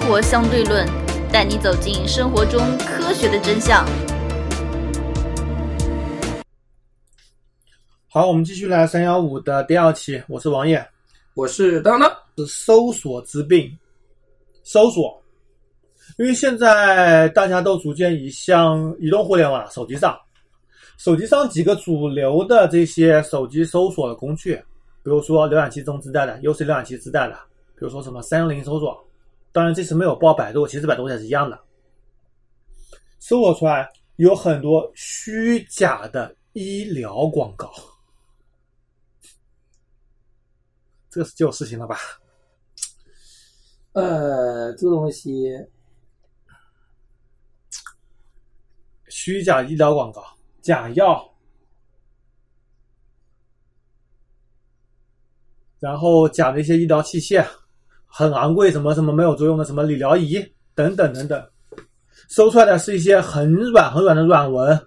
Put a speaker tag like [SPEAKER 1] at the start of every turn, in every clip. [SPEAKER 1] 活相对论》，带你走进生活中科学的真相。
[SPEAKER 2] 好，我们继续来三幺五的第二期，我是王爷，
[SPEAKER 3] 我是当当，
[SPEAKER 2] 是搜索之病，搜索，因为现在大家都逐渐移向移动互联网，手机上，手机上几个主流的这些手机搜索的工具，比如说浏览器中自带的，优势浏览器自带的，比如说什么三六零搜索，当然这次没有报百度，其实百度也是一样的，搜索出来有很多虚假的医疗广告。这是就有事情了吧？
[SPEAKER 3] 呃，这个东西，
[SPEAKER 2] 虚假医疗广告、假药，然后假的一些医疗器械，很昂贵，什么什么没有作用的，什么理疗仪等等等等，搜出来的是一些很软很软的软文，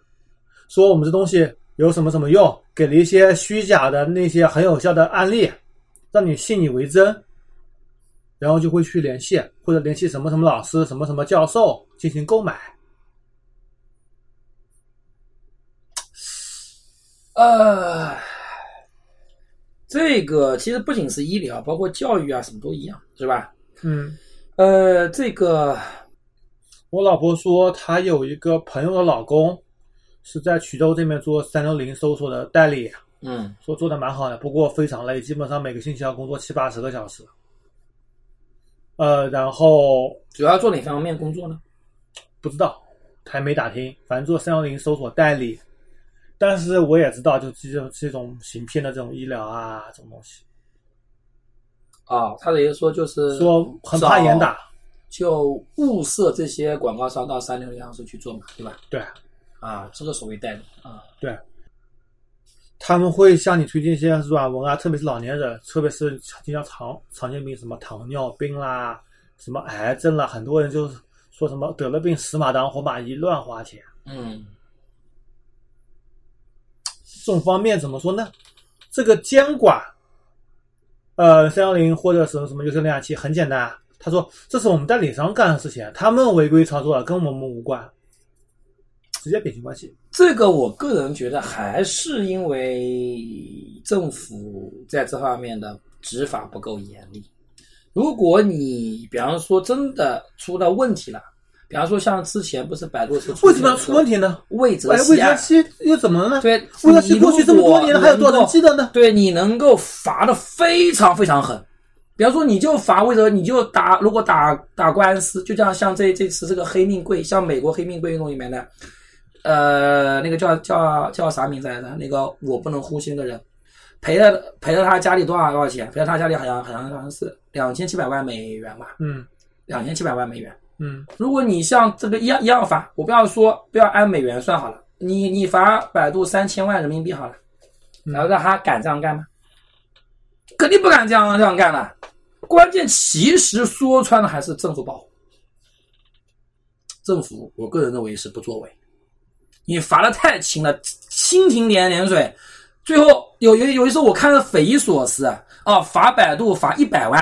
[SPEAKER 2] 说我们这东西有什么什么用，给了一些虚假的那些很有效的案例。让你信以为真，然后就会去联系或者联系什么什么老师、什么什么教授进行购买。
[SPEAKER 3] 呃，这个其实不仅是医疗，包括教育啊，什么都一样，是吧？
[SPEAKER 2] 嗯，
[SPEAKER 3] 呃，这个
[SPEAKER 2] 我老婆说她有一个朋友的老公是在衢州这边做三六零搜索的代理，
[SPEAKER 3] 嗯，
[SPEAKER 2] 说做的蛮好的，不过非常累，基本上每个星期要工作七八十个小时。呃，然后
[SPEAKER 3] 主要做哪方面工作呢？
[SPEAKER 2] 不知道，还没打听，反正做三幺零搜索代理。但是我也知道，就这种这种行骗的这种医疗啊，这种东西，
[SPEAKER 3] 啊、他的意思说就是
[SPEAKER 2] 说很怕严打，
[SPEAKER 3] 就物色这些广告商到三六零上去做嘛，对吧？
[SPEAKER 2] 对
[SPEAKER 3] 啊，这个所谓代理啊，
[SPEAKER 2] 对。他们会向你推荐一些软文啊，特别是老年人，特别是经常常常见病，什么糖尿病啦，什么癌症啦，很多人就是说什么得了病死马当活马医，乱花钱。
[SPEAKER 3] 嗯，
[SPEAKER 2] 这种方面怎么说呢？这个监管，呃，三幺零或者什么什么优胜浏览器很简单啊。他说这是我们代理商干的事情，他们违规操作了，跟我们无关，直接撇清关系。
[SPEAKER 3] 这个我个人觉得还是因为政府在这方面的执法不够严厉。如果你比方说真的出了问题了，比方说像之前不是百度是
[SPEAKER 2] 为什么要出问题呢？
[SPEAKER 3] 魏则
[SPEAKER 2] 哎，魏
[SPEAKER 3] 西
[SPEAKER 2] 则
[SPEAKER 3] 案，
[SPEAKER 2] 西又怎么了呢？
[SPEAKER 3] 对，
[SPEAKER 2] 魏则西过去这么多年了，还有多少人
[SPEAKER 3] 人
[SPEAKER 2] 记得呢？
[SPEAKER 3] 对你能够罚的非常非常狠。比方说，你就罚魏则，你就打，如果打打官司，就像像这这次这个黑命贵，像美国黑命贵运动里面的，呃，那个叫叫叫啥名字来着？那个我不能呼吸那个人，赔了赔了他家里多少多少钱？赔了他家里好像好像好像是两千七百万美元吧，
[SPEAKER 2] 嗯
[SPEAKER 3] 两千七百万美元。
[SPEAKER 2] 嗯
[SPEAKER 3] 如果你像这个一样一样罚，我不要说不要按美元算好了，你你罚百度三千万人民币好了，
[SPEAKER 2] 嗯
[SPEAKER 3] 然后让他敢这样干吗？肯定不敢这样这样干了。关键其实说穿了还是政府保护，政府我个人认为是不作为，你罚的太轻了，蜻蜓点点水。最后有有有一次我看的匪夷所思啊，哦，罚百度罚一百万，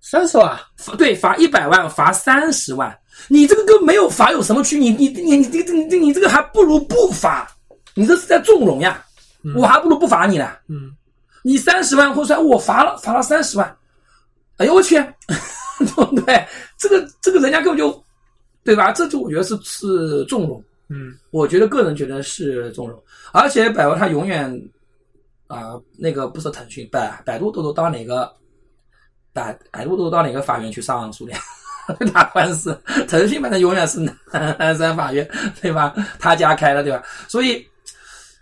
[SPEAKER 2] 三啊十万，
[SPEAKER 3] 罚对，罚一百万，罚三十万。你这个跟没有罚有什么区？你你你你这个你这你这个还不如不罚，你这是在纵容呀！我还不如不罚你呢。
[SPEAKER 2] 嗯，
[SPEAKER 3] 你三十万，或者说哎我罚了罚了三十万，哎呦我去， 对不对？这个这个人家根本就，对吧？这就我觉得是是纵容，
[SPEAKER 2] 嗯，
[SPEAKER 3] 我觉得个人觉得是纵容，而且百度它永远啊、那个不是腾讯，百百度都都到哪个百百度都到哪个法院去上诉了。 打官司，腾讯反正永远是南南山法院，对吧？他家开的，对吧？所以，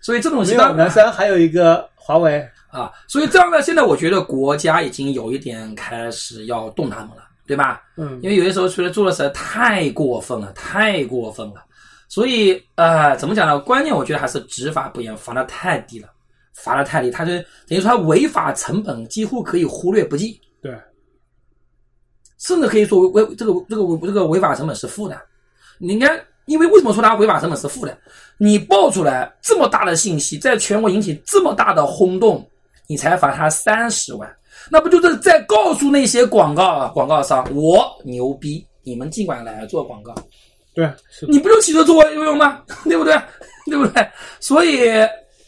[SPEAKER 3] 所以这种
[SPEAKER 2] 没
[SPEAKER 3] 情
[SPEAKER 2] 有
[SPEAKER 3] 况
[SPEAKER 2] 南山还有一个华为，
[SPEAKER 3] 啊，所以这样呢，现在我觉得国家已经有一点开始要动他们了，对吧？
[SPEAKER 2] 嗯
[SPEAKER 3] 因为有些时候觉得做的实在太过分了，太过分了。所以呃，怎么讲呢？关键我觉得还是执法不严，罚的太低了，罚的太低，他就等于说他违法成本几乎可以忽略不计，
[SPEAKER 2] 对，
[SPEAKER 3] 甚至可以说违违这个这个违这个违法成本是负的。你应该，因为为什么说它违法成本是负的？你爆出来这么大的信息，在全国引起这么大的轰动，你才罚他三十万。那不就是在告诉那些广告啊广告商，我牛逼，你们尽管来啊做广告，
[SPEAKER 2] 对，是的
[SPEAKER 3] 你不就起着做游泳吗？ 对不对？对不对？所以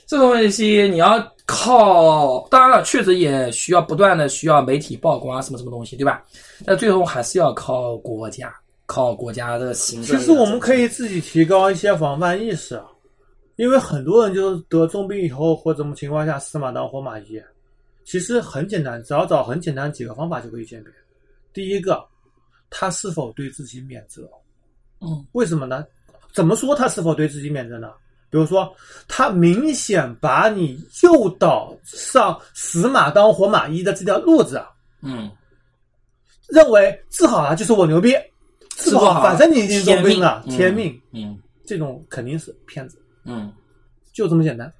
[SPEAKER 3] 这种东西你要靠，当然了，确实也需要不断的需要媒体曝光啊，什么什么东西，对吧？但最终还是要靠国家，靠国家的行
[SPEAKER 2] 其
[SPEAKER 3] 政。
[SPEAKER 2] 实我们可以自己提高一些防范意识，啊，因为很多人就是得重病以后或怎么情况下死马当活马医，其实很简单，只要找很简单几个方法就可以鉴别。第一个，他是否对自己免责？
[SPEAKER 3] 嗯，
[SPEAKER 2] 为什么呢？怎么说他是否对自己免责呢？比如说，他明显把你诱导上死马当活马医的这条路子，啊，
[SPEAKER 3] 嗯，
[SPEAKER 2] 认为治好啊就是我牛逼，治
[SPEAKER 3] 治
[SPEAKER 2] 不
[SPEAKER 3] 不
[SPEAKER 2] 好
[SPEAKER 3] 好
[SPEAKER 2] 反正你已经重病了，
[SPEAKER 3] 天命
[SPEAKER 2] 天命，
[SPEAKER 3] 嗯
[SPEAKER 2] 这种肯定是骗子。
[SPEAKER 3] 嗯。
[SPEAKER 2] 就这么简单。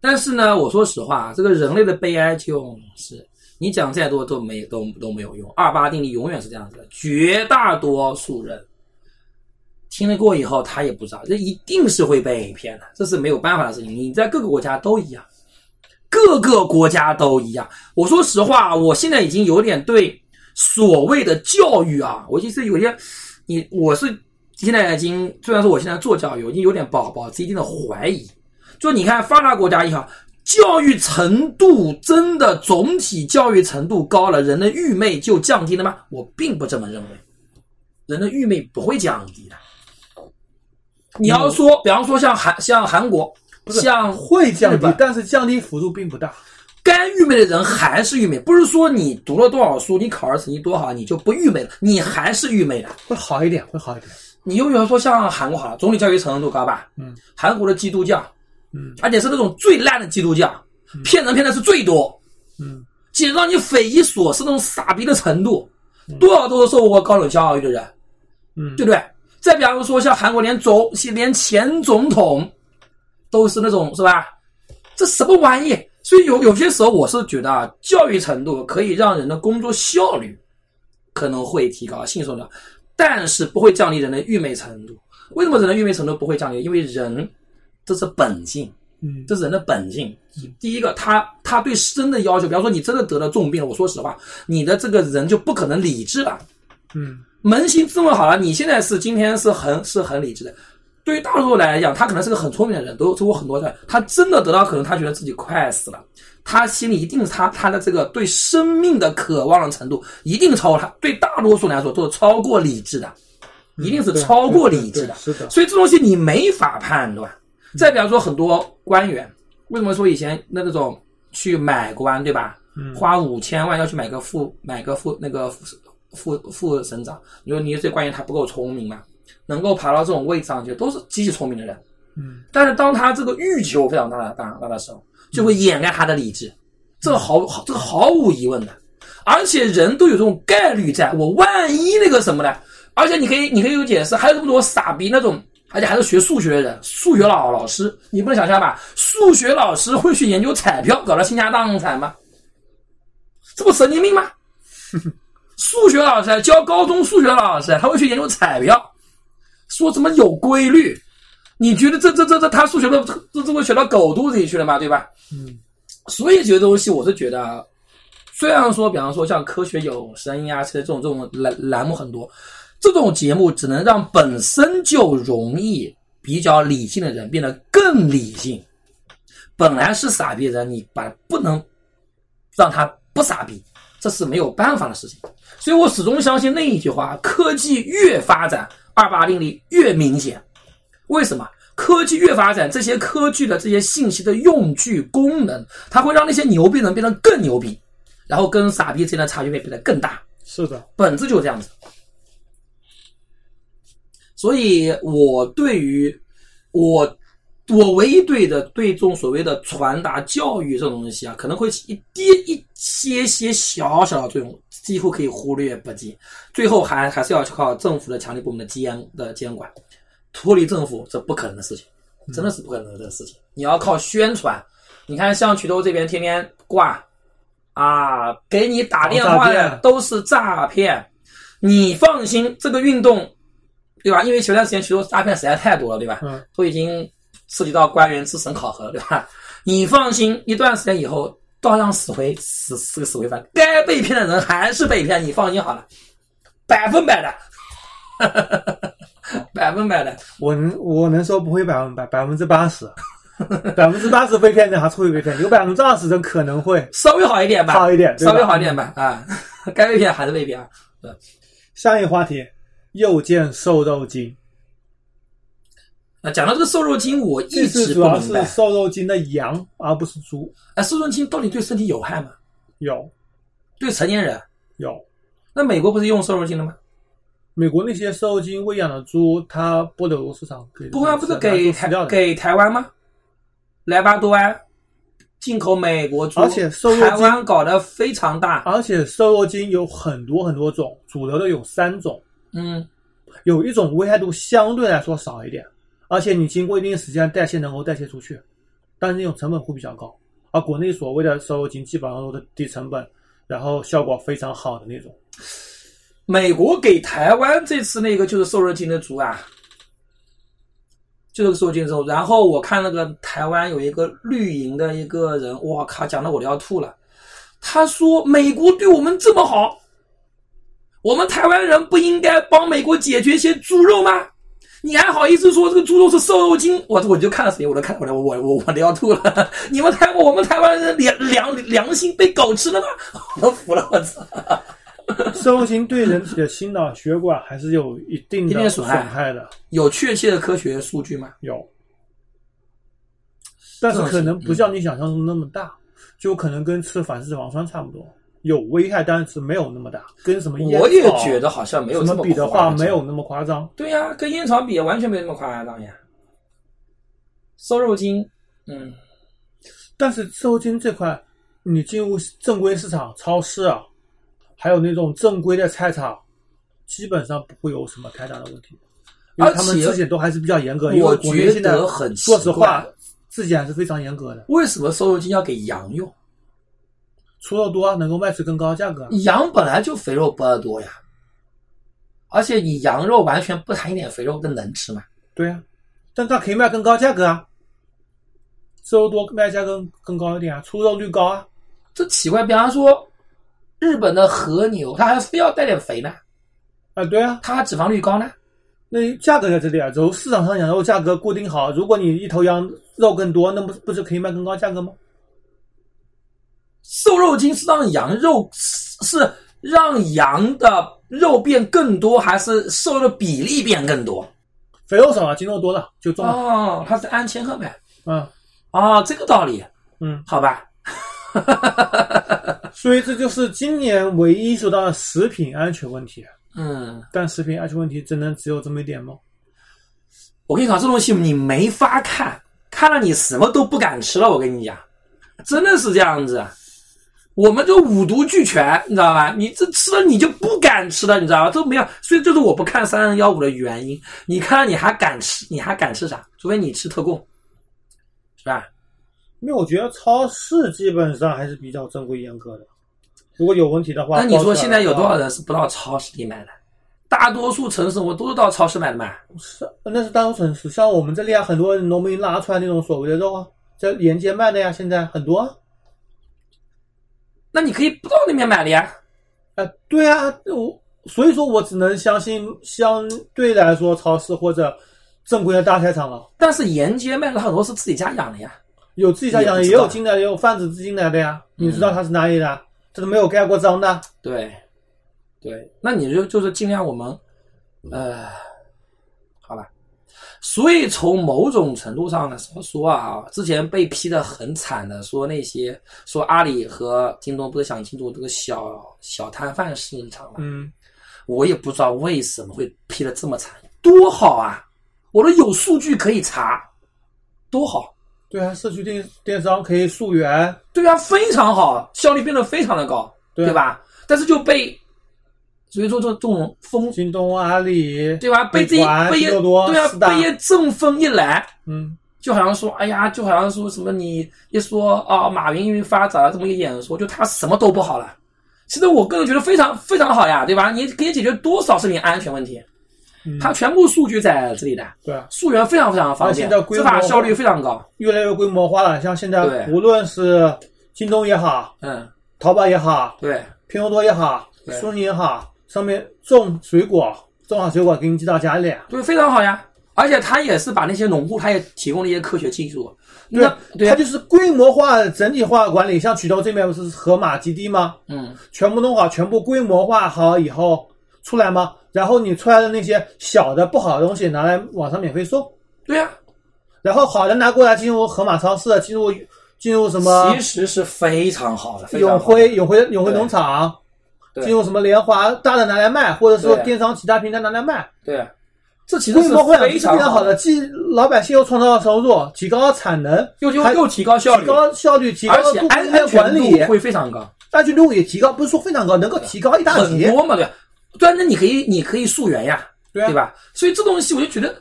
[SPEAKER 3] 但是呢，我说实话，这个人类的悲哀就是，你讲再多都没都都没有用。二八定律永远是这样子的，绝大多数人听了过以后，他也不知道，这一定是会被骗的，这是没有办法的事情。你在各个国家都一样，各个国家都一样。我说实话，我现在已经有点对所谓的教育啊，我就是有些，你我是现在已经，虽然说我现在做教育，我已经有点保保持一定的怀疑。就你看发达国家也好，教育程度真的总体教育程度高了，人的愚昧就降低了吗？我并不这么认为，人的愚昧不会降低的。你要说，比方说像韩像韩国，
[SPEAKER 2] 是
[SPEAKER 3] 像
[SPEAKER 2] 会降
[SPEAKER 3] 日
[SPEAKER 2] 低
[SPEAKER 3] 本，
[SPEAKER 2] 但是降低幅度并不大。
[SPEAKER 3] 该愚昧的人还是愚昧，不是说你读了多少书，你考试成绩多好，你就不愚昧了，你还是愚昧的。
[SPEAKER 2] 会好一点，会好一点。
[SPEAKER 3] 你又比方说像韩国好了，总体教育程度高吧？
[SPEAKER 2] 嗯，
[SPEAKER 3] 韩国的基督教，
[SPEAKER 2] 嗯
[SPEAKER 3] 而且是那种最烂的基督教，骗人骗的是最多，
[SPEAKER 2] 嗯，
[SPEAKER 3] 简直让你匪夷所思那种傻逼的程度。多少都是受过高等教育的人，
[SPEAKER 2] 嗯，
[SPEAKER 3] 对不对？再比方说，像韩国连总连前总统都是那种是吧？这什么玩意？所以有有些时候，我是觉得啊，教育程度可以让人的工作效率可能会提高，信手拈，但是不会降低人的愚昧程度。为什么人的愚昧程度不会降低？因为人这是本性，
[SPEAKER 2] 嗯，
[SPEAKER 3] 这是人的本性。第一个，他他对真的要求，比方说你真的得了重病了，我说实话，你的这个人就不可能理智了。
[SPEAKER 2] 嗯，
[SPEAKER 3] 扪心自问好了，你现在是今天是很是很理智的，对于大多数人来讲，他可能是个很聪明的人，都做过很多事，他真的得到可能他觉得自己快死了，他心里一定他他的这个对生命的渴望的程度，一定超他对大多数人来说都是超过理智的，一定是
[SPEAKER 2] 对
[SPEAKER 3] 超过理智
[SPEAKER 2] 嗯对对
[SPEAKER 3] 的
[SPEAKER 2] 对。是的，
[SPEAKER 3] 所以这东西你没法判断。再比方说，很多官员为什么说以前那那种去买官对吧？
[SPEAKER 2] 嗯
[SPEAKER 3] 花五千万要去买个副买个副那个副副副省长，你说你这官员他不够聪明嘛？能够爬到这种位置上去，都是极其聪明的人。
[SPEAKER 2] 嗯，
[SPEAKER 3] 但是当他这个欲求非常大的大大的时候，就会掩盖他的理智，这个毫毫这个毫无疑问的。而且人都有这种概率在，我万一那个什么呢？而且你可以你可以有解释，还有这么多傻逼那种，而且还是学数学的人，数学老老师，你不能想象吧？数学老师会去研究彩票，搞到倾家荡产吗？这不神经病吗？数学老师教高中数学老师，他会去研究彩票，说什么有规律，你觉得这这这这他数学都这这会学到狗肚子里去了嘛，对吧？
[SPEAKER 2] 嗯，
[SPEAKER 3] 所以这个东西我是觉得啊，虽然说比方说像科学有声音啊，这种这种栏栏目很多，这种节目只能让本身就容易比较理性的人变得更理性。本来是傻逼的人，你把不能让他不傻逼，这是没有办法的事情。所以我始终相信那一句话：科技越发展，二八定律越明显。为什么？科技越发展，这些科技的这些信息的用具功能，它会让那些牛逼人变得更牛逼，然后跟傻逼之间的差距会变得更大。
[SPEAKER 2] 是的，
[SPEAKER 3] 本质就是这样子。所以我对于我我唯一对的对这种所谓的传达教育这种东西啊，可能会一滴一些些小小的作用，几乎可以忽略不计。最后还还是要靠政府的强力部门的监的监管，脱离政府这不可能的事情，
[SPEAKER 2] 嗯
[SPEAKER 3] 真的是不可能的事情。你要靠宣传，你看像衢州这边天天挂啊，给你打电话
[SPEAKER 2] 搞诈
[SPEAKER 3] 的
[SPEAKER 2] 骗
[SPEAKER 3] 都是诈骗，你放心，这个运动，对吧？因为前段时间衢州诈骗实在太多了，对吧？
[SPEAKER 2] 嗯，
[SPEAKER 3] 都已经涉及到官员自审考核了，对吧？你放心，一段时间以后，照样死回死死个死回犯，该被骗的人还是被骗，你放心好了，百分百的， 百分百的，
[SPEAKER 2] 我能我能说不会百分百百分之八十，百分之八十被骗的还是会被骗，有百分之二十人可能会
[SPEAKER 3] 稍微好一点吧，
[SPEAKER 2] 差一点，对吧
[SPEAKER 3] 稍微好一点吧，啊， 该被骗还是被骗啊，
[SPEAKER 2] 下一个话题，又见瘦肉精，
[SPEAKER 3] 啊，讲到这个瘦肉精，我
[SPEAKER 2] 这
[SPEAKER 3] 一
[SPEAKER 2] 次
[SPEAKER 3] 直
[SPEAKER 2] 主
[SPEAKER 3] 不
[SPEAKER 2] 要
[SPEAKER 3] 明
[SPEAKER 2] 是
[SPEAKER 3] 白，
[SPEAKER 2] 瘦肉精的羊而不是猪，
[SPEAKER 3] 哎，瘦肉精到底对身体有害吗？
[SPEAKER 2] 有
[SPEAKER 3] 对成年人，
[SPEAKER 2] 有。
[SPEAKER 3] 那美国不是用瘦肉精了吗？
[SPEAKER 2] 美国那些瘦肉精喂养的猪，它不流入市场给
[SPEAKER 3] 不会啊，
[SPEAKER 2] 人
[SPEAKER 3] 不
[SPEAKER 2] 吃
[SPEAKER 3] 是
[SPEAKER 2] 拿来
[SPEAKER 3] 给
[SPEAKER 2] 做饲料
[SPEAKER 3] 台
[SPEAKER 2] 的
[SPEAKER 3] 给台湾吗？莱巴多安进口美国猪，
[SPEAKER 2] 而且瘦肉精
[SPEAKER 3] 台湾搞得非常大。
[SPEAKER 2] 而且瘦肉精有很多很多种，主流的有三种，
[SPEAKER 3] 嗯，
[SPEAKER 2] 有一种危害度相对来说少一点，而且你经过一定时间代谢能够代谢出去，但是那种成本会比较高。而国内所谓的瘦肉精基本上都是低成本，然后效果非常好的那种。
[SPEAKER 3] 美国给台湾这次那个就是瘦肉精的猪啊，就是瘦肉精的猪。然后我看那个台湾有一个绿营的一个人，我靠，讲的我都要吐了。他说美国对我们这么好，我们台湾人不应该帮美国解决一些猪肉吗？你还好意思说这个猪肉是瘦肉精？我我就看了谁，我都看我都我我我都要吐了。你们台我们台湾人良良良心被狗吃了吗？我都服了，我操！
[SPEAKER 2] 瘦肉精对人体的心脑血管还是有一定
[SPEAKER 3] 一定
[SPEAKER 2] 的
[SPEAKER 3] 的
[SPEAKER 2] 损
[SPEAKER 3] 损害
[SPEAKER 2] 害的，
[SPEAKER 3] 有确切的科学数据吗？
[SPEAKER 2] 有，但是
[SPEAKER 3] 这种
[SPEAKER 2] 可
[SPEAKER 3] 是
[SPEAKER 2] 能不像你想象中那么大，就可能跟吃反式脂肪酸差不多，有危害，但是没有那么大，跟什么烟
[SPEAKER 3] 我也
[SPEAKER 2] 草
[SPEAKER 3] 觉得好像没有
[SPEAKER 2] 什
[SPEAKER 3] 这
[SPEAKER 2] 么
[SPEAKER 3] 么
[SPEAKER 2] 比的
[SPEAKER 3] 夸
[SPEAKER 2] 话
[SPEAKER 3] 张
[SPEAKER 2] 没有。那么夸张。
[SPEAKER 3] 对呀、跟烟草比完全没那么夸张呀。瘦肉精，嗯，
[SPEAKER 2] 但是瘦肉精这块，你进入正规市场、超市啊，还有那种正规的菜场，基本上不会有什么太大的问题，因为他们
[SPEAKER 3] 而且
[SPEAKER 2] 质检都还是比较严格。因
[SPEAKER 3] 我
[SPEAKER 2] 为国内
[SPEAKER 3] 觉
[SPEAKER 2] 现在
[SPEAKER 3] 得很奇
[SPEAKER 2] 说
[SPEAKER 3] 怪
[SPEAKER 2] 实话，质检还是非常严格的，
[SPEAKER 3] 为什么瘦肉精要给羊用？
[SPEAKER 2] 出肉多啊能够卖出更高的价格啊。
[SPEAKER 3] 羊本来就肥肉不二多呀，而且你羊肉完全不含一点肥肉，那能吃吗？
[SPEAKER 2] 对啊，但它可以卖更高价格啊，瘦肉多卖价更更高一点啊，出肉率高啊。
[SPEAKER 3] 这奇怪。比方说，日本的和牛，它还非要带点肥呢，
[SPEAKER 2] 啊，对啊，
[SPEAKER 3] 它脂肪率高呢。
[SPEAKER 2] 那价格在这里啊，由市场上羊肉价格固定好。如果你一头羊肉更多，那不不是可以卖更高价格吗？
[SPEAKER 3] 瘦肉精是让羊肉是是让羊的肉变更多，还是瘦的比例变更多？
[SPEAKER 2] 肥肉少了，精肉多了，就重了。
[SPEAKER 3] 哦，它是按千克买。
[SPEAKER 2] 嗯
[SPEAKER 3] 哦，这个道理，
[SPEAKER 2] 嗯，
[SPEAKER 3] 好吧。
[SPEAKER 2] 所以这就是今年唯一说到的食品安全问题。
[SPEAKER 3] 嗯，
[SPEAKER 2] 但食品安全问题真的只有这么一点吗？
[SPEAKER 3] 我跟你讲，这东西你没法看，看了你什么都不敢吃了。我跟你讲，真的是这样子。我们就五毒俱全，你知道吧？你这吃了你就不敢吃了，你知道吧？这没有，所以这是我不看三幺五的原因。你看了你还敢吃，你还敢吃啥？除非你吃特供，是吧？
[SPEAKER 2] 因为我觉得超市基本上还是比较正规严格的。如果有问题的话，
[SPEAKER 3] 那你
[SPEAKER 2] 报
[SPEAKER 3] 说
[SPEAKER 2] 出来
[SPEAKER 3] 现在有
[SPEAKER 2] 的话
[SPEAKER 3] 多少人是不到超市里买的？大多数城市我都是到超市买的嘛。
[SPEAKER 2] 是，呃那是当损失。像我们这里啊，很多农民拉出来那种所谓的肉啊，在沿街卖的呀，现在很多啊。
[SPEAKER 3] 那你可以不到那边买的呀。
[SPEAKER 2] 啊，对啊，我所以说我只能相信相对来说超市或者正规的大菜场了，啊
[SPEAKER 3] 但是沿街卖的很多是自己家养的呀。
[SPEAKER 2] 有自己家养的，
[SPEAKER 3] 也
[SPEAKER 2] 也
[SPEAKER 3] 不知道
[SPEAKER 2] 有进来的，也有贩子进来的呀。你知道
[SPEAKER 3] 嗯
[SPEAKER 2] 他是哪里的啊？这都没有盖过章的。
[SPEAKER 3] 对，对，那你就就是尽量我们，呃，好吧。所以从某种程度上呢，说说啊，之前被批的很惨的，说那些说阿里和京东不是想进入这个小小摊贩市场嘛，
[SPEAKER 2] 嗯，
[SPEAKER 3] 我也不知道为什么会批的这么惨，多好啊！我都有数据可以查，多好。
[SPEAKER 2] 对啊，社区电电商可以溯源，
[SPEAKER 3] 对啊，非常好，效率变得非常的高，
[SPEAKER 2] 对啊
[SPEAKER 3] 对吧？但是就被，所以说这这种风，
[SPEAKER 2] 京东、啊阿里，
[SPEAKER 3] 对吧？被这
[SPEAKER 2] 美
[SPEAKER 3] 一
[SPEAKER 2] 团
[SPEAKER 3] 被一
[SPEAKER 2] 拼多多
[SPEAKER 3] 对啊
[SPEAKER 2] 四，大
[SPEAKER 3] 被一阵风一来，
[SPEAKER 2] 嗯，
[SPEAKER 3] 就好像说，哎呀，就好像说什么你一说啊，马云云发展了这么一个演说，就他什么都不好了。其实我个人觉得非常非常好呀，对吧？你可以解决多少食品安全问题？
[SPEAKER 2] 嗯
[SPEAKER 3] 它全部数据在这里的，
[SPEAKER 2] 对啊，
[SPEAKER 3] 溯源非常非常方
[SPEAKER 2] 而且
[SPEAKER 3] 便
[SPEAKER 2] 啊在，规
[SPEAKER 3] 执
[SPEAKER 2] 模
[SPEAKER 3] 法效率非常高。
[SPEAKER 2] 越来越规模化了。像现在
[SPEAKER 3] 对
[SPEAKER 2] 无论是京东也好，
[SPEAKER 3] 嗯，
[SPEAKER 2] 淘宝也好，
[SPEAKER 3] 对，
[SPEAKER 2] 拼多多也好，
[SPEAKER 3] 对
[SPEAKER 2] 苏宁也好，上面种水果，种好水果给你寄到家里。
[SPEAKER 3] 对，非常好呀。而且他也是把那些农户，他也提供了一些科学技术。
[SPEAKER 2] 对
[SPEAKER 3] 那，对
[SPEAKER 2] 它
[SPEAKER 3] 啊，
[SPEAKER 2] 就是规模化、整体化管理。像衢州这边不是河马基地吗？
[SPEAKER 3] 嗯，
[SPEAKER 2] 全部弄好，全部规模化好以后出来吗？然后你出来的那些小的不好的东西拿来网上免费送，
[SPEAKER 3] 对啊呀、
[SPEAKER 2] 然后好的拿过来进入盒马超市，进入进入什么
[SPEAKER 3] 其实是非常好的，非常
[SPEAKER 2] 永
[SPEAKER 3] 好的
[SPEAKER 2] 辉永辉永辉农
[SPEAKER 3] 对
[SPEAKER 2] 场，
[SPEAKER 3] 对
[SPEAKER 2] 进入什么联华大的拿来卖，或者说
[SPEAKER 3] 对
[SPEAKER 2] 电商其他平台拿来卖，
[SPEAKER 3] 对，这其实
[SPEAKER 2] 规
[SPEAKER 3] 是
[SPEAKER 2] 模化
[SPEAKER 3] 非
[SPEAKER 2] 非
[SPEAKER 3] 常
[SPEAKER 2] 常好
[SPEAKER 3] 的，
[SPEAKER 2] 的，既老百姓又创造了收入，提高了产能，
[SPEAKER 3] 又又
[SPEAKER 2] 还
[SPEAKER 3] 又提高效
[SPEAKER 2] 提
[SPEAKER 3] 率，
[SPEAKER 2] 高效率，提高
[SPEAKER 3] 而且
[SPEAKER 2] 供
[SPEAKER 3] 安
[SPEAKER 2] 应
[SPEAKER 3] 安
[SPEAKER 2] 链管
[SPEAKER 3] 全
[SPEAKER 2] 理
[SPEAKER 3] 度，会非常高，
[SPEAKER 2] 安全度也提高，不是说非常高，能够提高一大
[SPEAKER 3] 很
[SPEAKER 2] 截。
[SPEAKER 3] 多嘛，对吧？对啊，那你可以你可以溯源呀，
[SPEAKER 2] 对啊
[SPEAKER 3] 对吧？所以这东西我就觉得。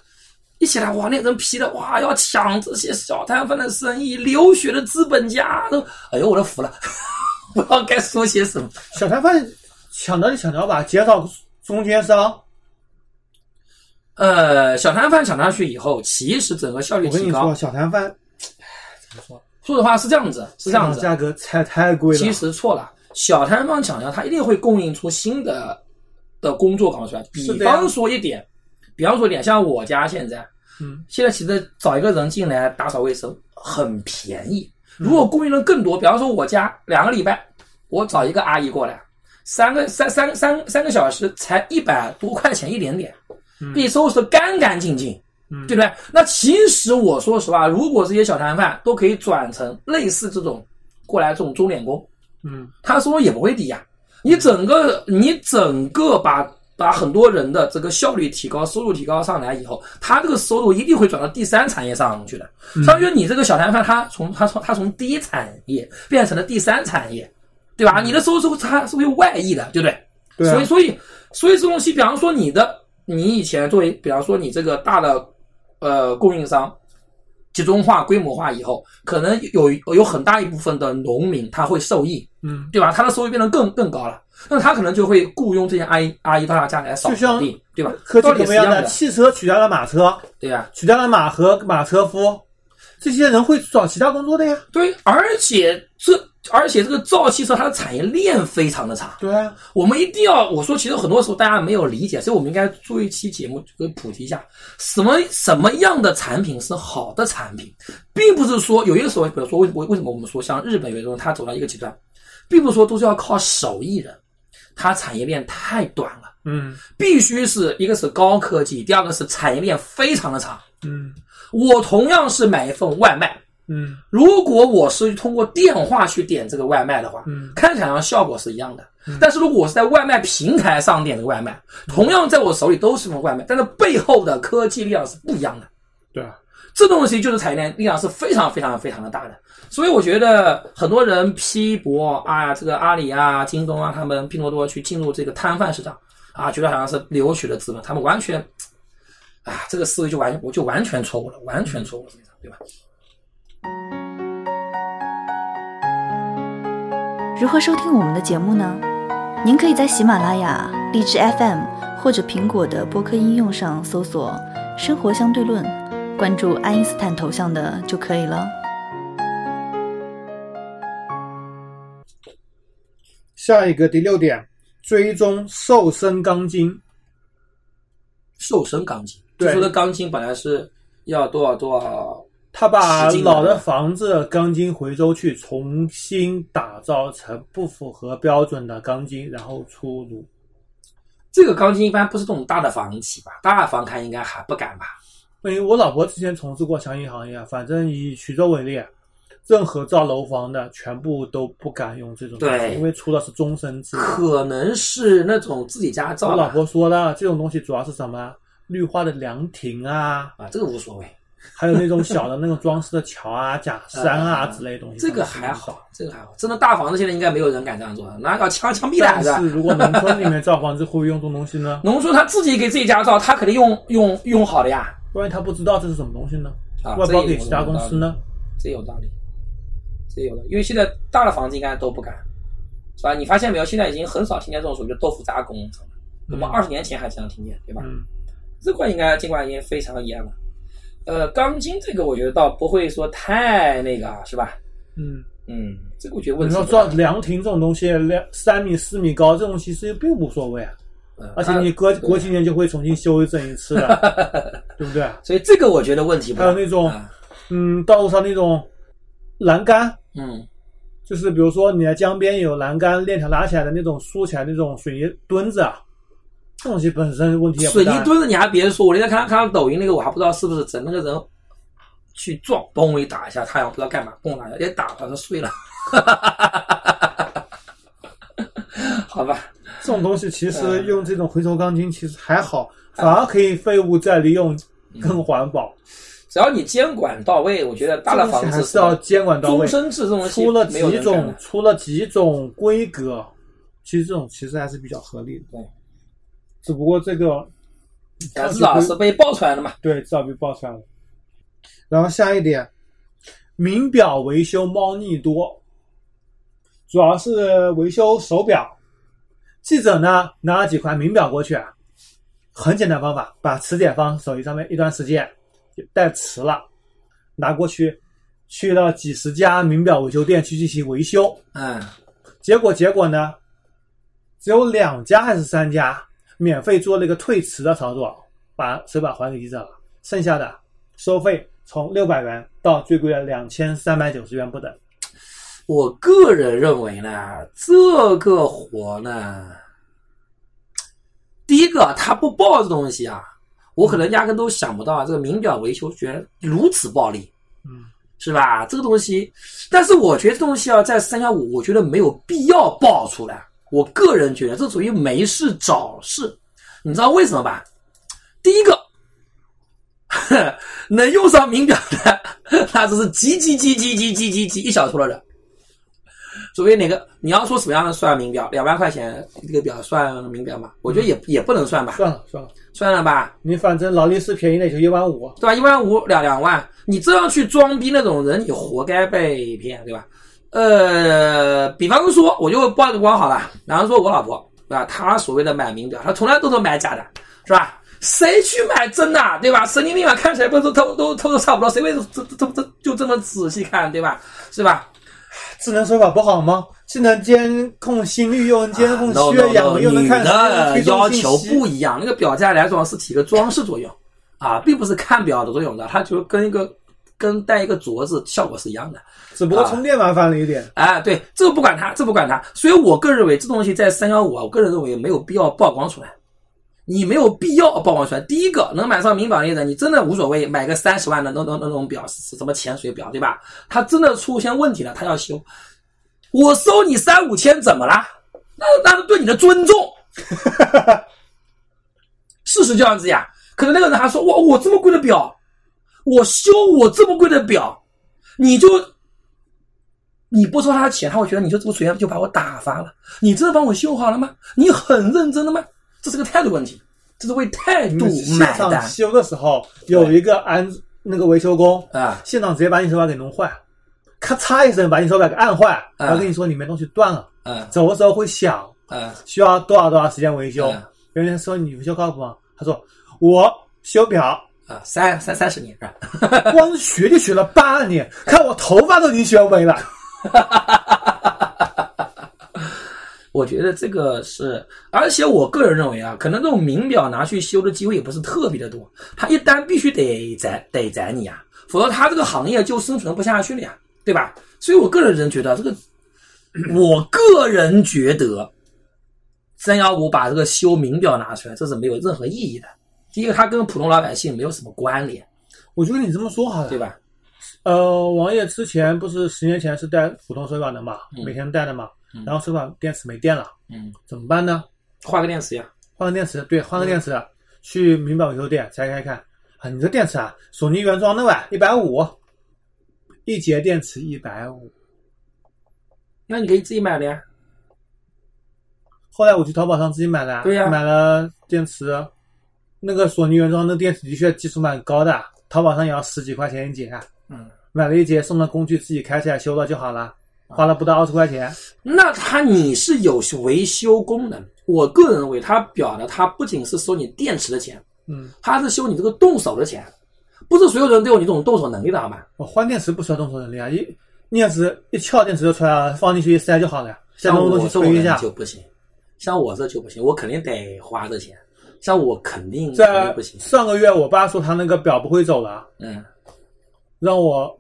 [SPEAKER 3] 一起来哇，那人批的哇，要抢这些小摊贩的生意，流血的资本家都，哎呦，我都服了， 不知道该说些什么。
[SPEAKER 2] 小摊贩抢着就抢着吧，减少中间商。
[SPEAKER 3] 呃，小摊贩抢上去以后，其实整个效率
[SPEAKER 2] 我跟
[SPEAKER 3] 提
[SPEAKER 2] 你说，
[SPEAKER 3] 高。
[SPEAKER 2] 小摊贩
[SPEAKER 3] 说实话是这样子，是
[SPEAKER 2] 市
[SPEAKER 3] 这样
[SPEAKER 2] 场
[SPEAKER 3] 子，
[SPEAKER 2] 价格太太贵了。
[SPEAKER 3] 其实错了，小摊贩抢粮，它一定会供应出新的的工作岗位出来。比
[SPEAKER 2] 是的呀
[SPEAKER 3] 方说一点，比方说一点，像我家现在，
[SPEAKER 2] 嗯，
[SPEAKER 3] 现在其实找一个人进来打扫卫生很便宜。如果供应量更多，比方说我家两个礼拜，我找一个阿姨过来，三个三三三三个小时才一百多块钱一点点，被收拾的干干净净。对不对？那其实我说实话，如果这些小摊贩都可以转成类似这种过来这种钟点工，
[SPEAKER 2] 嗯，
[SPEAKER 3] 他收入也不会低呀。你整个你整个把把很多人的这个效率提高、收入提高上来以后，他这个收入一定会转到第三产业上去的。相当于你这个小摊贩，他从他从他从第一产业变成了第三产业，对吧？你的收入它是会外溢的，对不对？
[SPEAKER 2] 对啊
[SPEAKER 3] 所以所以所以这东西，比方说你的，你以前作为，比方说你这个大的呃供应商集中化、规模化以后，可能有有很大一部分的农民他会受益，
[SPEAKER 2] 嗯，
[SPEAKER 3] 对吧？他的收益变得更更高了，那他可能就会雇佣这些阿姨阿姨到他家来扫
[SPEAKER 2] 就像
[SPEAKER 3] 地，对吧？
[SPEAKER 2] 科技
[SPEAKER 3] 道
[SPEAKER 2] 怎
[SPEAKER 3] 理是
[SPEAKER 2] 么
[SPEAKER 3] 一
[SPEAKER 2] 样
[SPEAKER 3] 样
[SPEAKER 2] 呢？
[SPEAKER 3] 的，
[SPEAKER 2] 汽车取代了马车，
[SPEAKER 3] 对呀、
[SPEAKER 2] 取代了马和马车夫，这些人会找其他工作的呀。
[SPEAKER 3] 对，而且这而且这个造汽车它的产业链非常的长。
[SPEAKER 2] 对啊，
[SPEAKER 3] 我们一定要我说，其实很多时候大家没有理解，所以我们应该做一期节目，就普及一下什么什么样的产品是好的产品，并不是说有一个时候，比如说为为为什么我们说像日本有一种他走到一个极端，并不是说都是要靠手艺人，它产业链太短了，
[SPEAKER 2] 嗯
[SPEAKER 3] 必须是一个是高科技，第二个是产业链非常的长。
[SPEAKER 2] 嗯
[SPEAKER 3] 我同样是买一份外卖，
[SPEAKER 2] 嗯
[SPEAKER 3] 如果我是通过电话去点这个外卖的话，
[SPEAKER 2] 嗯
[SPEAKER 3] 看起来好像效果是一样的。但是如果我是在外卖平台上点这个外卖，同样在我手里都是份外卖，但是背后的科技力量是不一样的。
[SPEAKER 2] 对啊，
[SPEAKER 3] 这东西就是产业链力量是非常非常非常的大的，所以我觉得很多人批驳啊，这个阿里啊、京东啊，他们拼多多去进入这个摊贩市场啊，觉得好像是流血的资本，他们完全，啊，这个思维就完我就完全错误了，完全错误了，对吧？
[SPEAKER 1] 如何收听我们的节目呢？您可以在喜马拉雅、荔枝 FM 或者苹果的播客应用上搜索“生活相对论”，关注爱因斯坦头像的就可以了。
[SPEAKER 2] 下一个第六点，追踪瘦身钢筋。
[SPEAKER 3] 瘦身钢筋，就
[SPEAKER 2] 对
[SPEAKER 3] 说的钢筋本来是要多少多少，
[SPEAKER 2] 他把
[SPEAKER 3] 十斤的
[SPEAKER 2] 老的房子钢筋回收去，重新打造成不符合标准的钢筋，然后出炉。
[SPEAKER 3] 这个钢筋一般不是这种大的房企吧？大的房开应该还不敢吧？
[SPEAKER 2] 因为我老婆之前从事过相应行业，啊反正以衢州为例，啊任何造楼房的全部都不敢用这种东西，
[SPEAKER 3] 对
[SPEAKER 2] 因为出的是终身制。
[SPEAKER 3] 可能是那种自己家
[SPEAKER 2] 我
[SPEAKER 3] 造
[SPEAKER 2] 老
[SPEAKER 3] 的
[SPEAKER 2] 婆说了，这种东西主要是什么？啊绿化的凉亭啊，
[SPEAKER 3] 啊，这个无所谓，
[SPEAKER 2] 还有那种小的那种装饰的桥 啊、假山啊之类的东西。
[SPEAKER 3] 嗯这个还好，这个还好。真的大房子现在应该没有人敢这样做了，那要枪枪毙
[SPEAKER 2] 但
[SPEAKER 3] 的，是啊吧
[SPEAKER 2] 是？如果农村里面造房子会不会用这种东西 呢？
[SPEAKER 3] 农村他自己给自己家造，他肯定用用用好的呀，
[SPEAKER 2] 万一他不知道这是什么东西呢？
[SPEAKER 3] 啊，
[SPEAKER 2] 外
[SPEAKER 3] 这
[SPEAKER 2] 包
[SPEAKER 3] 也
[SPEAKER 2] 给
[SPEAKER 3] 有
[SPEAKER 2] 其他公司呢？
[SPEAKER 3] 这有道理，这有道理，因为现在大的房子应该都不敢，是吧？你发现没有？现在已经很少听见这种所谓的豆腐渣工程了。我们
[SPEAKER 2] 嗯
[SPEAKER 3] 二十年前还经常听见，对吧？
[SPEAKER 2] 嗯，
[SPEAKER 3] 这块应该监管已经非常严了。呃，钢筋这个我觉得倒不会说太那个，啊，是吧？
[SPEAKER 2] 嗯，
[SPEAKER 3] 嗯，这个我觉得问
[SPEAKER 2] 你
[SPEAKER 3] 题
[SPEAKER 2] 要
[SPEAKER 3] 不
[SPEAKER 2] 知道
[SPEAKER 3] 大。
[SPEAKER 2] 凉亭这种东西，两三米、四米高这种其实并无所谓啊，
[SPEAKER 3] 嗯
[SPEAKER 2] 而且你
[SPEAKER 3] 它
[SPEAKER 2] 隔隔几年就会重新修整一次的， 对不对？
[SPEAKER 3] 所以这个我觉得问题不大。
[SPEAKER 2] 还有那种
[SPEAKER 3] 啊
[SPEAKER 2] 嗯，道路上那种栏杆，
[SPEAKER 3] 嗯
[SPEAKER 2] 就是比如说你在江边有栏杆链条拉起来的那种竖起来那种水泥墩子啊，这种东西本身问题也不
[SPEAKER 3] 水泥
[SPEAKER 2] 大。
[SPEAKER 3] 墩子你还别说，我那天看看到抖音那个，我还不知道是不是真，那个人去撞，嘣一打一下，太阳不知道干嘛，嘣打一下，也打好像碎了。 好吧，
[SPEAKER 2] 这种东西其
[SPEAKER 3] 嗯
[SPEAKER 2] 实用这种回收钢筋其实还好，反而可以废物再利用，更环保。
[SPEAKER 3] 只要你监管到位，我觉得大
[SPEAKER 2] 这东
[SPEAKER 3] 的
[SPEAKER 2] 西
[SPEAKER 3] 房
[SPEAKER 2] 还
[SPEAKER 3] 子
[SPEAKER 2] 是要监管到
[SPEAKER 3] 终
[SPEAKER 2] 位。
[SPEAKER 3] 身制这种东西
[SPEAKER 2] 出了
[SPEAKER 3] 没有
[SPEAKER 2] 几
[SPEAKER 3] 人干
[SPEAKER 2] 种
[SPEAKER 3] 的，
[SPEAKER 2] 出了几种规格，其实这种其实还是比较合理的。
[SPEAKER 3] 对，
[SPEAKER 2] 只不过这个
[SPEAKER 3] 但至少是被爆出来了嘛。
[SPEAKER 2] 对照片爆出来了。然后下一点，名表维修猫腻多，主要是维修手表。记者呢拿了几块名表过去啊，很简单方法，把磁铁放手机上面一段时间，就带磁了，拿过去，去了几十家名表维修店去进行维修。
[SPEAKER 3] 嗯，
[SPEAKER 2] 结果结果呢，只有两家还是三家免费做了一个退磁的操作，把手表还给记者了，剩下的收费从六百元到最贵的两千三百九十元不等。
[SPEAKER 3] 我个人认为呢，这个活呢，第一个他不报这东西啊，我可能压根都想不到啊，这个名表维修居然如此暴利，
[SPEAKER 2] 嗯，
[SPEAKER 3] 是吧？这个东西，但是我觉得这东西啊，在三幺五，我觉得没有必要爆出来。我个人觉得这属于没事找事，你知道为什么吧？第一个， 能用上名表的，那只是极极极极极极极极一小撮的人。所谓哪个，你要说什么样的算名表？两万块钱一个表算名表嘛？我觉得也也不能算吧，
[SPEAKER 2] 算了算了，
[SPEAKER 3] 算了吧，
[SPEAKER 2] 你反正劳力士便宜的也就一万五，
[SPEAKER 3] 对吧？一万五两两万，你这样去装逼那种人，你活该被骗，对吧？呃，比方说，我就曝个光好了，比方说我老婆，对吧？她所谓的买名表，她从来都是买假的，是吧？谁去买真的，对吧？神经病啊，看起来不是都都都都差不多，谁会这这这这就这么仔细看，对吧？是吧？
[SPEAKER 2] 智能手表不好吗？既能监控心率，又能监控
[SPEAKER 3] no,
[SPEAKER 2] 血
[SPEAKER 3] no,
[SPEAKER 2] 氧，
[SPEAKER 3] no,
[SPEAKER 2] 又能
[SPEAKER 3] 啊女
[SPEAKER 2] 看
[SPEAKER 3] 的
[SPEAKER 2] 推
[SPEAKER 3] 要
[SPEAKER 2] 送信
[SPEAKER 3] 求
[SPEAKER 2] 息。
[SPEAKER 3] 不一样，那个表价来说是起个装饰作用啊，并不是看表的作用的，它就跟一个跟戴一个镯子效果是一样的。
[SPEAKER 2] 只不过充电麻烦了一点。
[SPEAKER 3] 哎，对，这个不管它，这个不管它。所以我个人认为，这东西在三幺五啊，我个人认为没有必要曝光出来。你没有必要曝光出来。第一个，能买上名表的人，你真的无所谓，买个三十万的那那那种表，什么潜水表，对吧？它真的出现问题了，它要修。我收你三五千怎么啦？那那是对你的尊重。 事实就这样子呀。可能那个人还说：“哇，我这么贵的表，我修我这么贵的表，你就你不收他的钱，他会觉得你就这么随便就把我打发了。你真的帮我修好了吗？你很认真的吗？这是个态度问题，这是为态
[SPEAKER 2] 你
[SPEAKER 3] 度
[SPEAKER 2] 们现
[SPEAKER 3] 买
[SPEAKER 2] 场
[SPEAKER 3] 单
[SPEAKER 2] 修的时候，有一个安那个维修工，
[SPEAKER 3] 啊！
[SPEAKER 2] 现场直接把你手表给弄坏，咔嚓一声把你手表给按坏，
[SPEAKER 3] 哎
[SPEAKER 2] 然后跟你说里面东西断了，
[SPEAKER 3] 嗯
[SPEAKER 2] 走的时候会响，
[SPEAKER 3] 嗯
[SPEAKER 2] 需要多少多少时间维修
[SPEAKER 3] 嗯。
[SPEAKER 2] 有人说你维修靠谱吗？他说我修表，
[SPEAKER 3] 啊，三三三十年是吧？
[SPEAKER 2] 光学就学了八年，看我头发都已经学没了。
[SPEAKER 3] 我觉得这个是，而且我个人认为啊，可能这种名表拿去修的机会也不是特别的多，他一单必须得宰得宰你啊，否则他这个行业就生存不下去了呀，对吧？所以我个人人觉得这个，我个人觉得三幺五把这个修名表拿出来，这是没有任何意义的。第一个，它跟普通老百姓没有什么关联，
[SPEAKER 2] 我就跟你这么说好了
[SPEAKER 3] 对，吧？
[SPEAKER 2] 呃，王爷之前不是十年前是戴普通手表的嘛，每天戴的嘛，
[SPEAKER 3] 嗯
[SPEAKER 2] 然后手表电池没电了，
[SPEAKER 3] 嗯，
[SPEAKER 2] 怎么办呢？
[SPEAKER 3] 换个电池呀，
[SPEAKER 2] 换个电池，对，换个电池，
[SPEAKER 3] 嗯
[SPEAKER 2] 去名表维修店拆开看啊！你这电池啊，索尼原装的吧，一百五，一节电池一百五。
[SPEAKER 3] 那你可以自己买的呀。
[SPEAKER 2] 后来我去淘宝上自己买了，
[SPEAKER 3] 对呀
[SPEAKER 2] 买了电池，那个索尼原装的电池的确技术蛮高的，淘宝上也要十几块钱一节啊，
[SPEAKER 3] 嗯，
[SPEAKER 2] 买了一节送了工具，自己开起来修了就好了，
[SPEAKER 3] 啊
[SPEAKER 2] 花了不到二十块钱。
[SPEAKER 3] 那它你是有维修功能。我个人认为，它表的它不仅是收你电池的钱，
[SPEAKER 2] 嗯，
[SPEAKER 3] 它是收你这个动手的钱。不是所有人都有你这种动手能力的好吗？
[SPEAKER 2] 我换电池不需要动手能力啊，一镊子一撬电池就出来了，放进去一塞就好了呀，塞
[SPEAKER 3] 像
[SPEAKER 2] 东
[SPEAKER 3] 我
[SPEAKER 2] 东西
[SPEAKER 3] 这
[SPEAKER 2] 推一
[SPEAKER 3] 种人
[SPEAKER 2] 下。
[SPEAKER 3] 就不行，像我这就不行，我肯定得花这钱，像我嗯肯定肯定
[SPEAKER 2] 在
[SPEAKER 3] 不行，
[SPEAKER 2] 上个月，我爸说他那个表不会走了，
[SPEAKER 3] 嗯，
[SPEAKER 2] 让我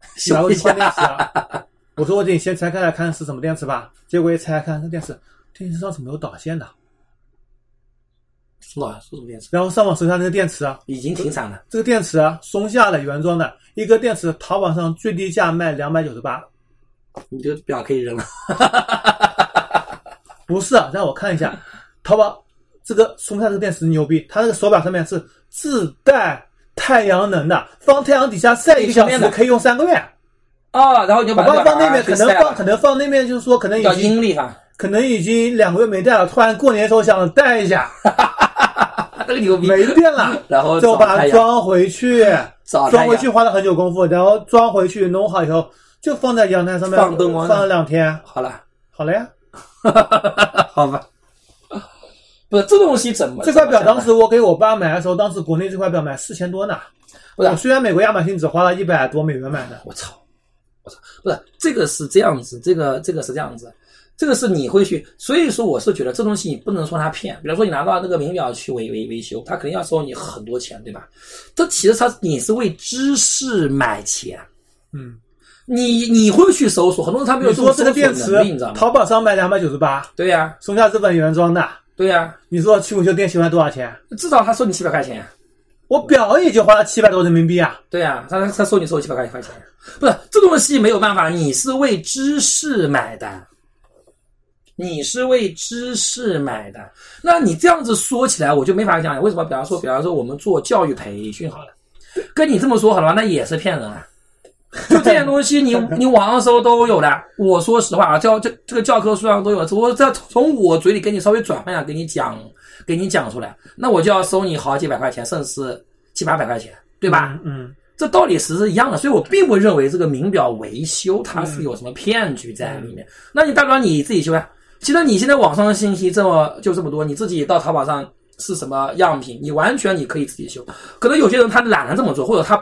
[SPEAKER 2] 拿
[SPEAKER 3] 修
[SPEAKER 2] 过
[SPEAKER 3] 一
[SPEAKER 2] 去换电
[SPEAKER 3] 下，
[SPEAKER 2] 池啊。 我说我得先拆开来看是什么电池吧。结果一拆开看，那电池电池上怎么有导线的？
[SPEAKER 3] 是吧？是什么电池？
[SPEAKER 2] 然后上网搜一下那个电池啊，
[SPEAKER 3] 已经停产了，
[SPEAKER 2] 这个电池啊，松下的原装的，一个电池淘宝上最低价卖两百九十八，
[SPEAKER 3] 你这个表可以扔了。
[SPEAKER 2] 不是，啊让我看一 下，淘宝这个松下这个电池牛逼，它那个手表上面是自带太阳能的，放太阳底下晒一个小
[SPEAKER 3] 可以充电
[SPEAKER 2] 时
[SPEAKER 3] 的
[SPEAKER 2] 可以用三个月。
[SPEAKER 3] 啊，然后你就
[SPEAKER 2] 我
[SPEAKER 3] 把
[SPEAKER 2] 爸
[SPEAKER 3] 它
[SPEAKER 2] 放那边可能放，可
[SPEAKER 3] 能
[SPEAKER 2] 能放那边就是说可能
[SPEAKER 3] 叫
[SPEAKER 2] 已经
[SPEAKER 3] 阴历哈，
[SPEAKER 2] 可能已经两个月没带了，突然过年的时候想带一 下，
[SPEAKER 3] 啊这个牛逼。，
[SPEAKER 2] 没电了
[SPEAKER 3] 然后
[SPEAKER 2] 就
[SPEAKER 3] 找
[SPEAKER 2] 把它
[SPEAKER 3] 太阳，
[SPEAKER 2] 装回去，
[SPEAKER 3] 找
[SPEAKER 2] 装
[SPEAKER 3] 太
[SPEAKER 2] 回去
[SPEAKER 3] 阳，
[SPEAKER 2] 花了很久功夫，然后装回去弄好以后就放在阳台上面
[SPEAKER 3] 放灯光呢
[SPEAKER 2] 了两天，
[SPEAKER 3] 好了，
[SPEAKER 2] 好了呀。
[SPEAKER 3] 好吧。 不是这东西怎么
[SPEAKER 2] 这块表
[SPEAKER 3] 怎么
[SPEAKER 2] 当时我给我爸买的时候，当时国内这块表买四千多呢。
[SPEAKER 3] 不是
[SPEAKER 2] 我虽然美国亚马逊只花了一百多美元买的，
[SPEAKER 3] 我操，我操，不是这个是这样子，这个这个是这样子，这个是你会去，所以说我是觉得这东西你不能说它骗，比方说你拿到那个名表去维维维修，他肯定要收你很多钱，对吧？这其实他你是为知识买钱，
[SPEAKER 2] 嗯，
[SPEAKER 3] 你你会去搜索，很多人他没有
[SPEAKER 2] 你
[SPEAKER 3] 这种
[SPEAKER 2] 说
[SPEAKER 3] 搜
[SPEAKER 2] 这个
[SPEAKER 3] 索
[SPEAKER 2] 电池
[SPEAKER 3] 能力，你知道吗？
[SPEAKER 2] 淘宝上买两百九十八，
[SPEAKER 3] 对呀、
[SPEAKER 2] 松下日本原装的，
[SPEAKER 3] 对呀、
[SPEAKER 2] 你说去维修店修完多少钱？
[SPEAKER 3] 至少他收你七百块钱。
[SPEAKER 2] 我表也就花了七百多人民币啊，
[SPEAKER 3] 对呀、他他收你收七百块块钱，不是这东西没有办法，你是为知识买单，你是为知识买单。那你这样子说起来，我就没法讲了。为什么？比方说，比方说我们做教育培训好了，跟你这么说好了吧，那也是骗人啊。就这点东西你，你网上搜都有的。我说实话啊，教这这个教科书上都有。我再从我嘴里给你稍微转换一哎下，给你讲，给你讲出来，那我就要收你好几百块钱，甚至七八百块钱，对吧？
[SPEAKER 2] 嗯？嗯，
[SPEAKER 3] 这道理是是一样的，所以我并不认为这个名表维修
[SPEAKER 2] 嗯
[SPEAKER 3] 它是有什么骗局在里面。那你大不了你自己修呀。其实你现在网上的信息这么就这么多，你自己到淘宝上是什么样品，你完全你可以自己修。可能有些人他懒得这么做，或者他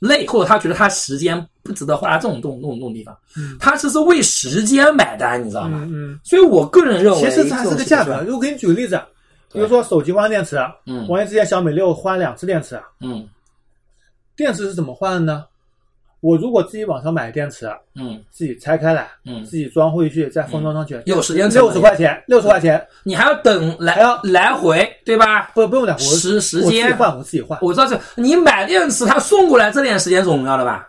[SPEAKER 3] 累，或者他觉得他时间不值得花在这种这种这种这种地方，他只是为时间买单，你知道吗？
[SPEAKER 2] 嗯嗯。
[SPEAKER 3] 所以我个人认为，
[SPEAKER 2] 其实它是个价
[SPEAKER 3] 啊
[SPEAKER 2] 格。，如果给你举个例子，啊比如说手机换电池，
[SPEAKER 3] 嗯
[SPEAKER 2] 我之前小米六换两次电池，啊
[SPEAKER 3] 嗯
[SPEAKER 2] 电池是怎么换的呢？我如果自己网上买电池，啊
[SPEAKER 3] 嗯
[SPEAKER 2] 自己拆开来，
[SPEAKER 3] 嗯，
[SPEAKER 2] 自己装回去再封装上去，
[SPEAKER 3] 有时间成
[SPEAKER 2] 六
[SPEAKER 3] 本
[SPEAKER 2] 十块钱，六十块钱
[SPEAKER 3] 你还要等来
[SPEAKER 2] 还要
[SPEAKER 3] 来回，对吧？
[SPEAKER 2] 不不用两我
[SPEAKER 3] 时时
[SPEAKER 2] 我自己
[SPEAKER 3] 间
[SPEAKER 2] 换，我自己换。
[SPEAKER 3] 我知道这你买电池，他送过来这点时间总要的吧？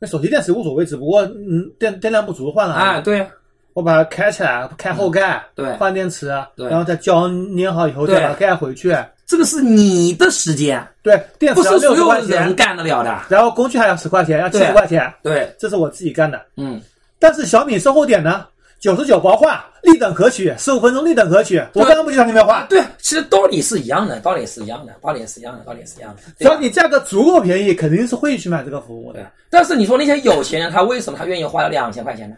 [SPEAKER 2] 那手机电池无所谓，只不过嗯电电量不足换了。
[SPEAKER 3] 啊，，对啊
[SPEAKER 2] 我把它开起来，开后盖，
[SPEAKER 3] 对
[SPEAKER 2] 换电池，啊
[SPEAKER 3] 对
[SPEAKER 2] 然后再胶粘好以后
[SPEAKER 3] 对
[SPEAKER 2] 再把它盖回去。
[SPEAKER 3] 这个是你的时间，
[SPEAKER 2] 对，电
[SPEAKER 3] 不
[SPEAKER 2] 池
[SPEAKER 3] 是
[SPEAKER 2] 要六
[SPEAKER 3] 所
[SPEAKER 2] 十块
[SPEAKER 3] 有人
[SPEAKER 2] 钱，
[SPEAKER 3] 干得了的。
[SPEAKER 2] 然后工具还要十块钱，要七
[SPEAKER 3] 对
[SPEAKER 2] 十块钱，
[SPEAKER 3] 对，
[SPEAKER 2] 这是我自己干的。
[SPEAKER 3] 嗯，
[SPEAKER 2] 但是小米售后点呢，九十九包换，立等可取，十五分钟立等可取。我刚刚不就想你们
[SPEAKER 3] 啊，
[SPEAKER 2] 换？
[SPEAKER 3] 对，其实道理是一样的，道理是一样的，道理是一样的，道理是一样的。
[SPEAKER 2] 只
[SPEAKER 3] 对吧
[SPEAKER 2] 要你价格足够便宜，肯定是会去买这个服务的
[SPEAKER 3] 对。，但是你说那些有钱人，他为什么他愿意花了两千块钱呢？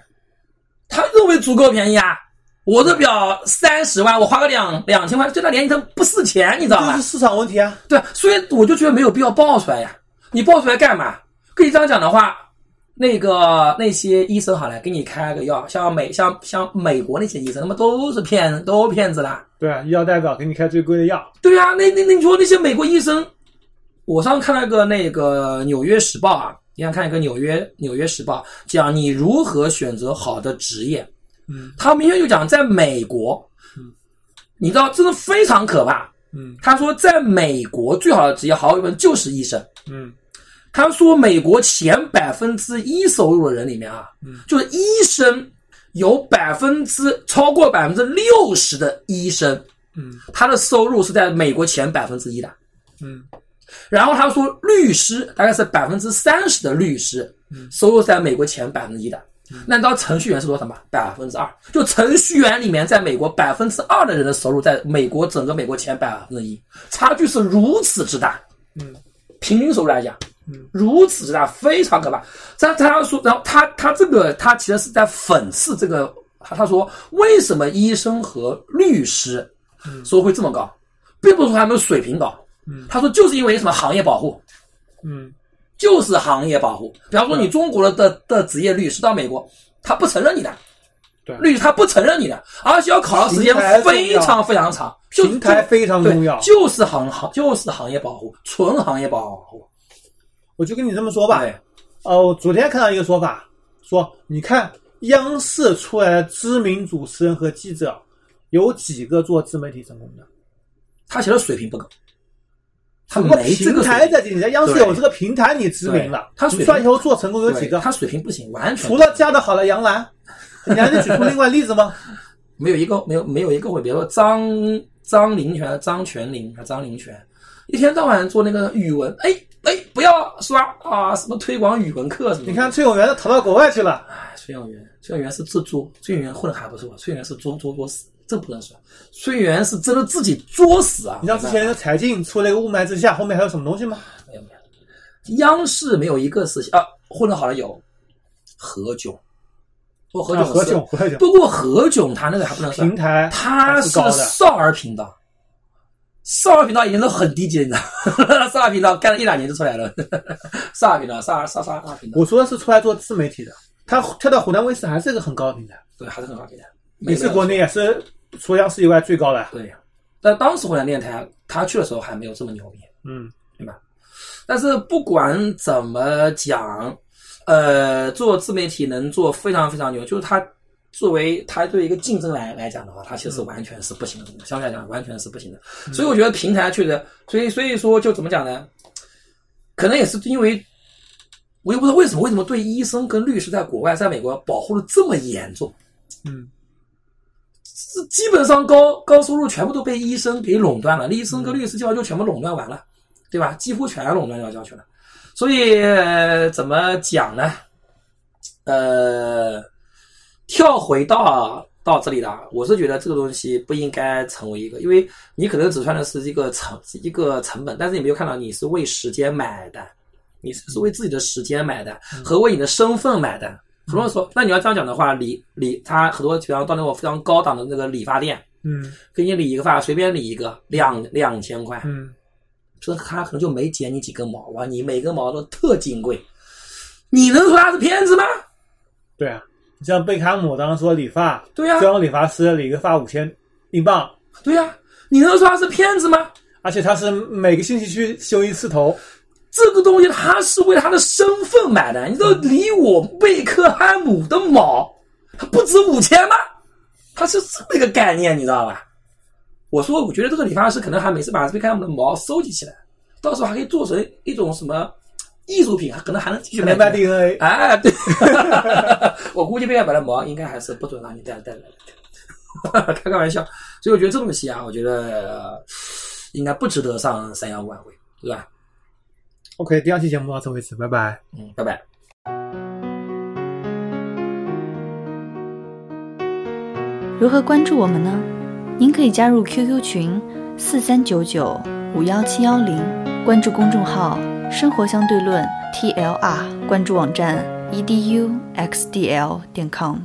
[SPEAKER 3] 他认为足够便宜啊。我的表三十万，我花个两两千块，对他连他不是钱，你知道
[SPEAKER 2] 这
[SPEAKER 3] 吧
[SPEAKER 2] 就是？市场问题啊。
[SPEAKER 3] 对，所以我就觉得没有必要爆出来呀。你爆出来干嘛？跟你这样讲的话，那个那些医生好了，给你开个药，像美像像美国那些医生，他们都是骗都骗子啦。
[SPEAKER 2] 对啊，医药代表给你开最贵的药，
[SPEAKER 3] 对呀、那那那你说那些美国医生，我上次看了个那个《纽约时报》啊，你想看一个纽约《纽约时报》，讲你如何选择好的职业。
[SPEAKER 2] 嗯，
[SPEAKER 3] 他明确就讲，在美国，你知道，真的非常可怕。
[SPEAKER 2] 嗯
[SPEAKER 3] 他说，在美国最好的职业，毫无疑问就是医生。
[SPEAKER 2] 嗯
[SPEAKER 3] 他说，美国前百分之一收入的人里面啊，就是医生有百分之超过百分之六十的医生，
[SPEAKER 2] 嗯
[SPEAKER 3] 他的收入是在美国前百分之一的。
[SPEAKER 2] 嗯
[SPEAKER 3] 然后他说，律师大概是百分之三十的律师
[SPEAKER 2] 嗯
[SPEAKER 3] 收入是在美国前百分之一的。那你知道程序员是多少吗？百分之二。就程序员里面，在美国百分之二的人的收入，在美国整个美国前百分之一，差距是如此之大。
[SPEAKER 2] 嗯，
[SPEAKER 3] 平均收入来讲
[SPEAKER 2] 嗯，
[SPEAKER 3] 如此之大，非常可怕。他他说，然后他他这个他其实是在讽刺这个，他他说为什么医生和律师
[SPEAKER 2] 嗯
[SPEAKER 3] 收入会这么高，并不是说他们水平高，他说就是因为什么行业保护。
[SPEAKER 2] 嗯
[SPEAKER 3] 就是行业保护。比方说，你中国的的的职业律师到美国，他不承认你的，
[SPEAKER 2] 对
[SPEAKER 3] 律师他不承认你的，而且要考察时间
[SPEAKER 2] 平台重
[SPEAKER 3] 非
[SPEAKER 2] 要
[SPEAKER 3] 常非常长，就
[SPEAKER 2] 平台
[SPEAKER 3] 就
[SPEAKER 2] 非常重要
[SPEAKER 3] 对，。就是行行就是行业保护，纯行业保护。
[SPEAKER 2] 我就跟你这么说吧，
[SPEAKER 3] 对
[SPEAKER 2] 呃，我昨天看到一个说法，说你看央视出来的知名主持人和记者，有几个做自媒体成功的？
[SPEAKER 3] 他其实水平不够，他
[SPEAKER 2] 有个
[SPEAKER 3] 没这
[SPEAKER 2] 平
[SPEAKER 3] 个水
[SPEAKER 2] 台
[SPEAKER 3] 平
[SPEAKER 2] 在这里，你在央视
[SPEAKER 3] 对
[SPEAKER 2] 有这个平台，你知名了
[SPEAKER 3] 对，他
[SPEAKER 2] 你
[SPEAKER 3] 水
[SPEAKER 2] 出来
[SPEAKER 3] 平
[SPEAKER 2] 以后做成功有几
[SPEAKER 3] 对
[SPEAKER 2] 个？
[SPEAKER 3] 他水平不行，完全
[SPEAKER 2] 除了嫁得好的杨澜，你还能举出另外例子 吗？
[SPEAKER 3] 没有一个没有没有一个会，比如说张张林泉、张泉灵还张林泉，一天到晚做那个语文，哎哎，不要刷啊，什么推广语文课什么的。
[SPEAKER 2] 你看，崔永元都逃到国外去了，
[SPEAKER 3] 哎，崔永元，崔永元是自作，崔永元混的还不错，崔永元是作作作死，这不能算。崔永元是真的自己作死啊！
[SPEAKER 2] 你知道之前的财经出了一个雾霾之下，后面还有什么东西吗？
[SPEAKER 3] 没有没有，央视没有一个是啊混的好的有何炅，不过
[SPEAKER 2] 啊
[SPEAKER 3] 何
[SPEAKER 2] 何炅，
[SPEAKER 3] 炅是，
[SPEAKER 2] 何炅，
[SPEAKER 3] 不过何炅他那个还不能算
[SPEAKER 2] 平，台
[SPEAKER 3] 他
[SPEAKER 2] 是
[SPEAKER 3] 是
[SPEAKER 2] 高的
[SPEAKER 3] 少儿频道，少儿频道已经都很低级了，你知道吗？少儿频道干了一两年就出来了， 少儿频道，少儿少少儿频道，
[SPEAKER 2] 我说的是出来做自媒体的，他跳到湖南卫视还是一个很高的平台，
[SPEAKER 3] 对，还是很好听的。
[SPEAKER 2] 也是
[SPEAKER 3] 没有
[SPEAKER 2] 国内也是除了央视以外最高的。
[SPEAKER 3] 对，但当时湖南电台他去的时候还没有这么牛逼，
[SPEAKER 2] 嗯，
[SPEAKER 3] 但是不管怎么讲，呃，做自媒体能做非常非常牛，就是他作为他对一个竞争来来讲的话，他其实完全是不行的，相对来讲完全是不行的。所以我觉得平台确实，所以所以说就怎么讲呢？可能也是因为。我也不知道为什么，为什么对医生跟律师在国外，在美国保护的这么严重？
[SPEAKER 2] 嗯，
[SPEAKER 3] 这基本上高高收入全部都被医生给垄断了，医生跟律师教就全部垄断完了，对吧？几乎全垄断掉教去了。所以、呃怎么讲呢？呃，跳回到到这里了，我是觉得这个东西不应该成为一个，因为你可能只算的是一个成一个成本，但是你没有看到你是为时间买单，你是是为自己的时间买单和为你的身份买单。很多人说，那你要这样讲的话，理理他很多，比方到那种非常高档的那个理发店，
[SPEAKER 2] 嗯
[SPEAKER 3] 给你理一个发，随便理一个两两千块，
[SPEAKER 2] 嗯，
[SPEAKER 3] 这他可能就没剪你几根毛哇，你每根毛都特金贵，你能说他是骗子吗？
[SPEAKER 2] 对啊，你像贝克汉姆当时说理发，
[SPEAKER 3] 对啊呀、
[SPEAKER 2] 专用理发师理个发五千英镑，
[SPEAKER 3] 对呀、你能说他是骗子吗？
[SPEAKER 2] 而且他是每个星期去修一次头。
[SPEAKER 3] 这个东西他是为他的身份买的，你都理我贝克汉姆的毛，他不值五千吗？他是这么一个概念，你知道吧？我说，我觉得这个理发师可能还每次把贝克汉姆的毛收集起来，到时候还可以做成一种什么艺术品，还可能还能继续卖
[SPEAKER 2] 连
[SPEAKER 3] 出去
[SPEAKER 2] 麦 DNA，
[SPEAKER 3] 哎，对， 我估计贝克汉姆的毛应该还是不准让你带带来 的，开个玩笑。所以我觉得这种东西啊，我觉得、呃应该不值得上三幺五晚会，对吧？
[SPEAKER 2] OK，第二期节目到此为止，拜拜。
[SPEAKER 3] 嗯，拜拜。
[SPEAKER 1] 如何关注我们呢？您可以加入 QQ 群四三九九五幺七幺零，关注公众号“生活 E 相对论 ”TLR，关注网站 eduxdl 点 com。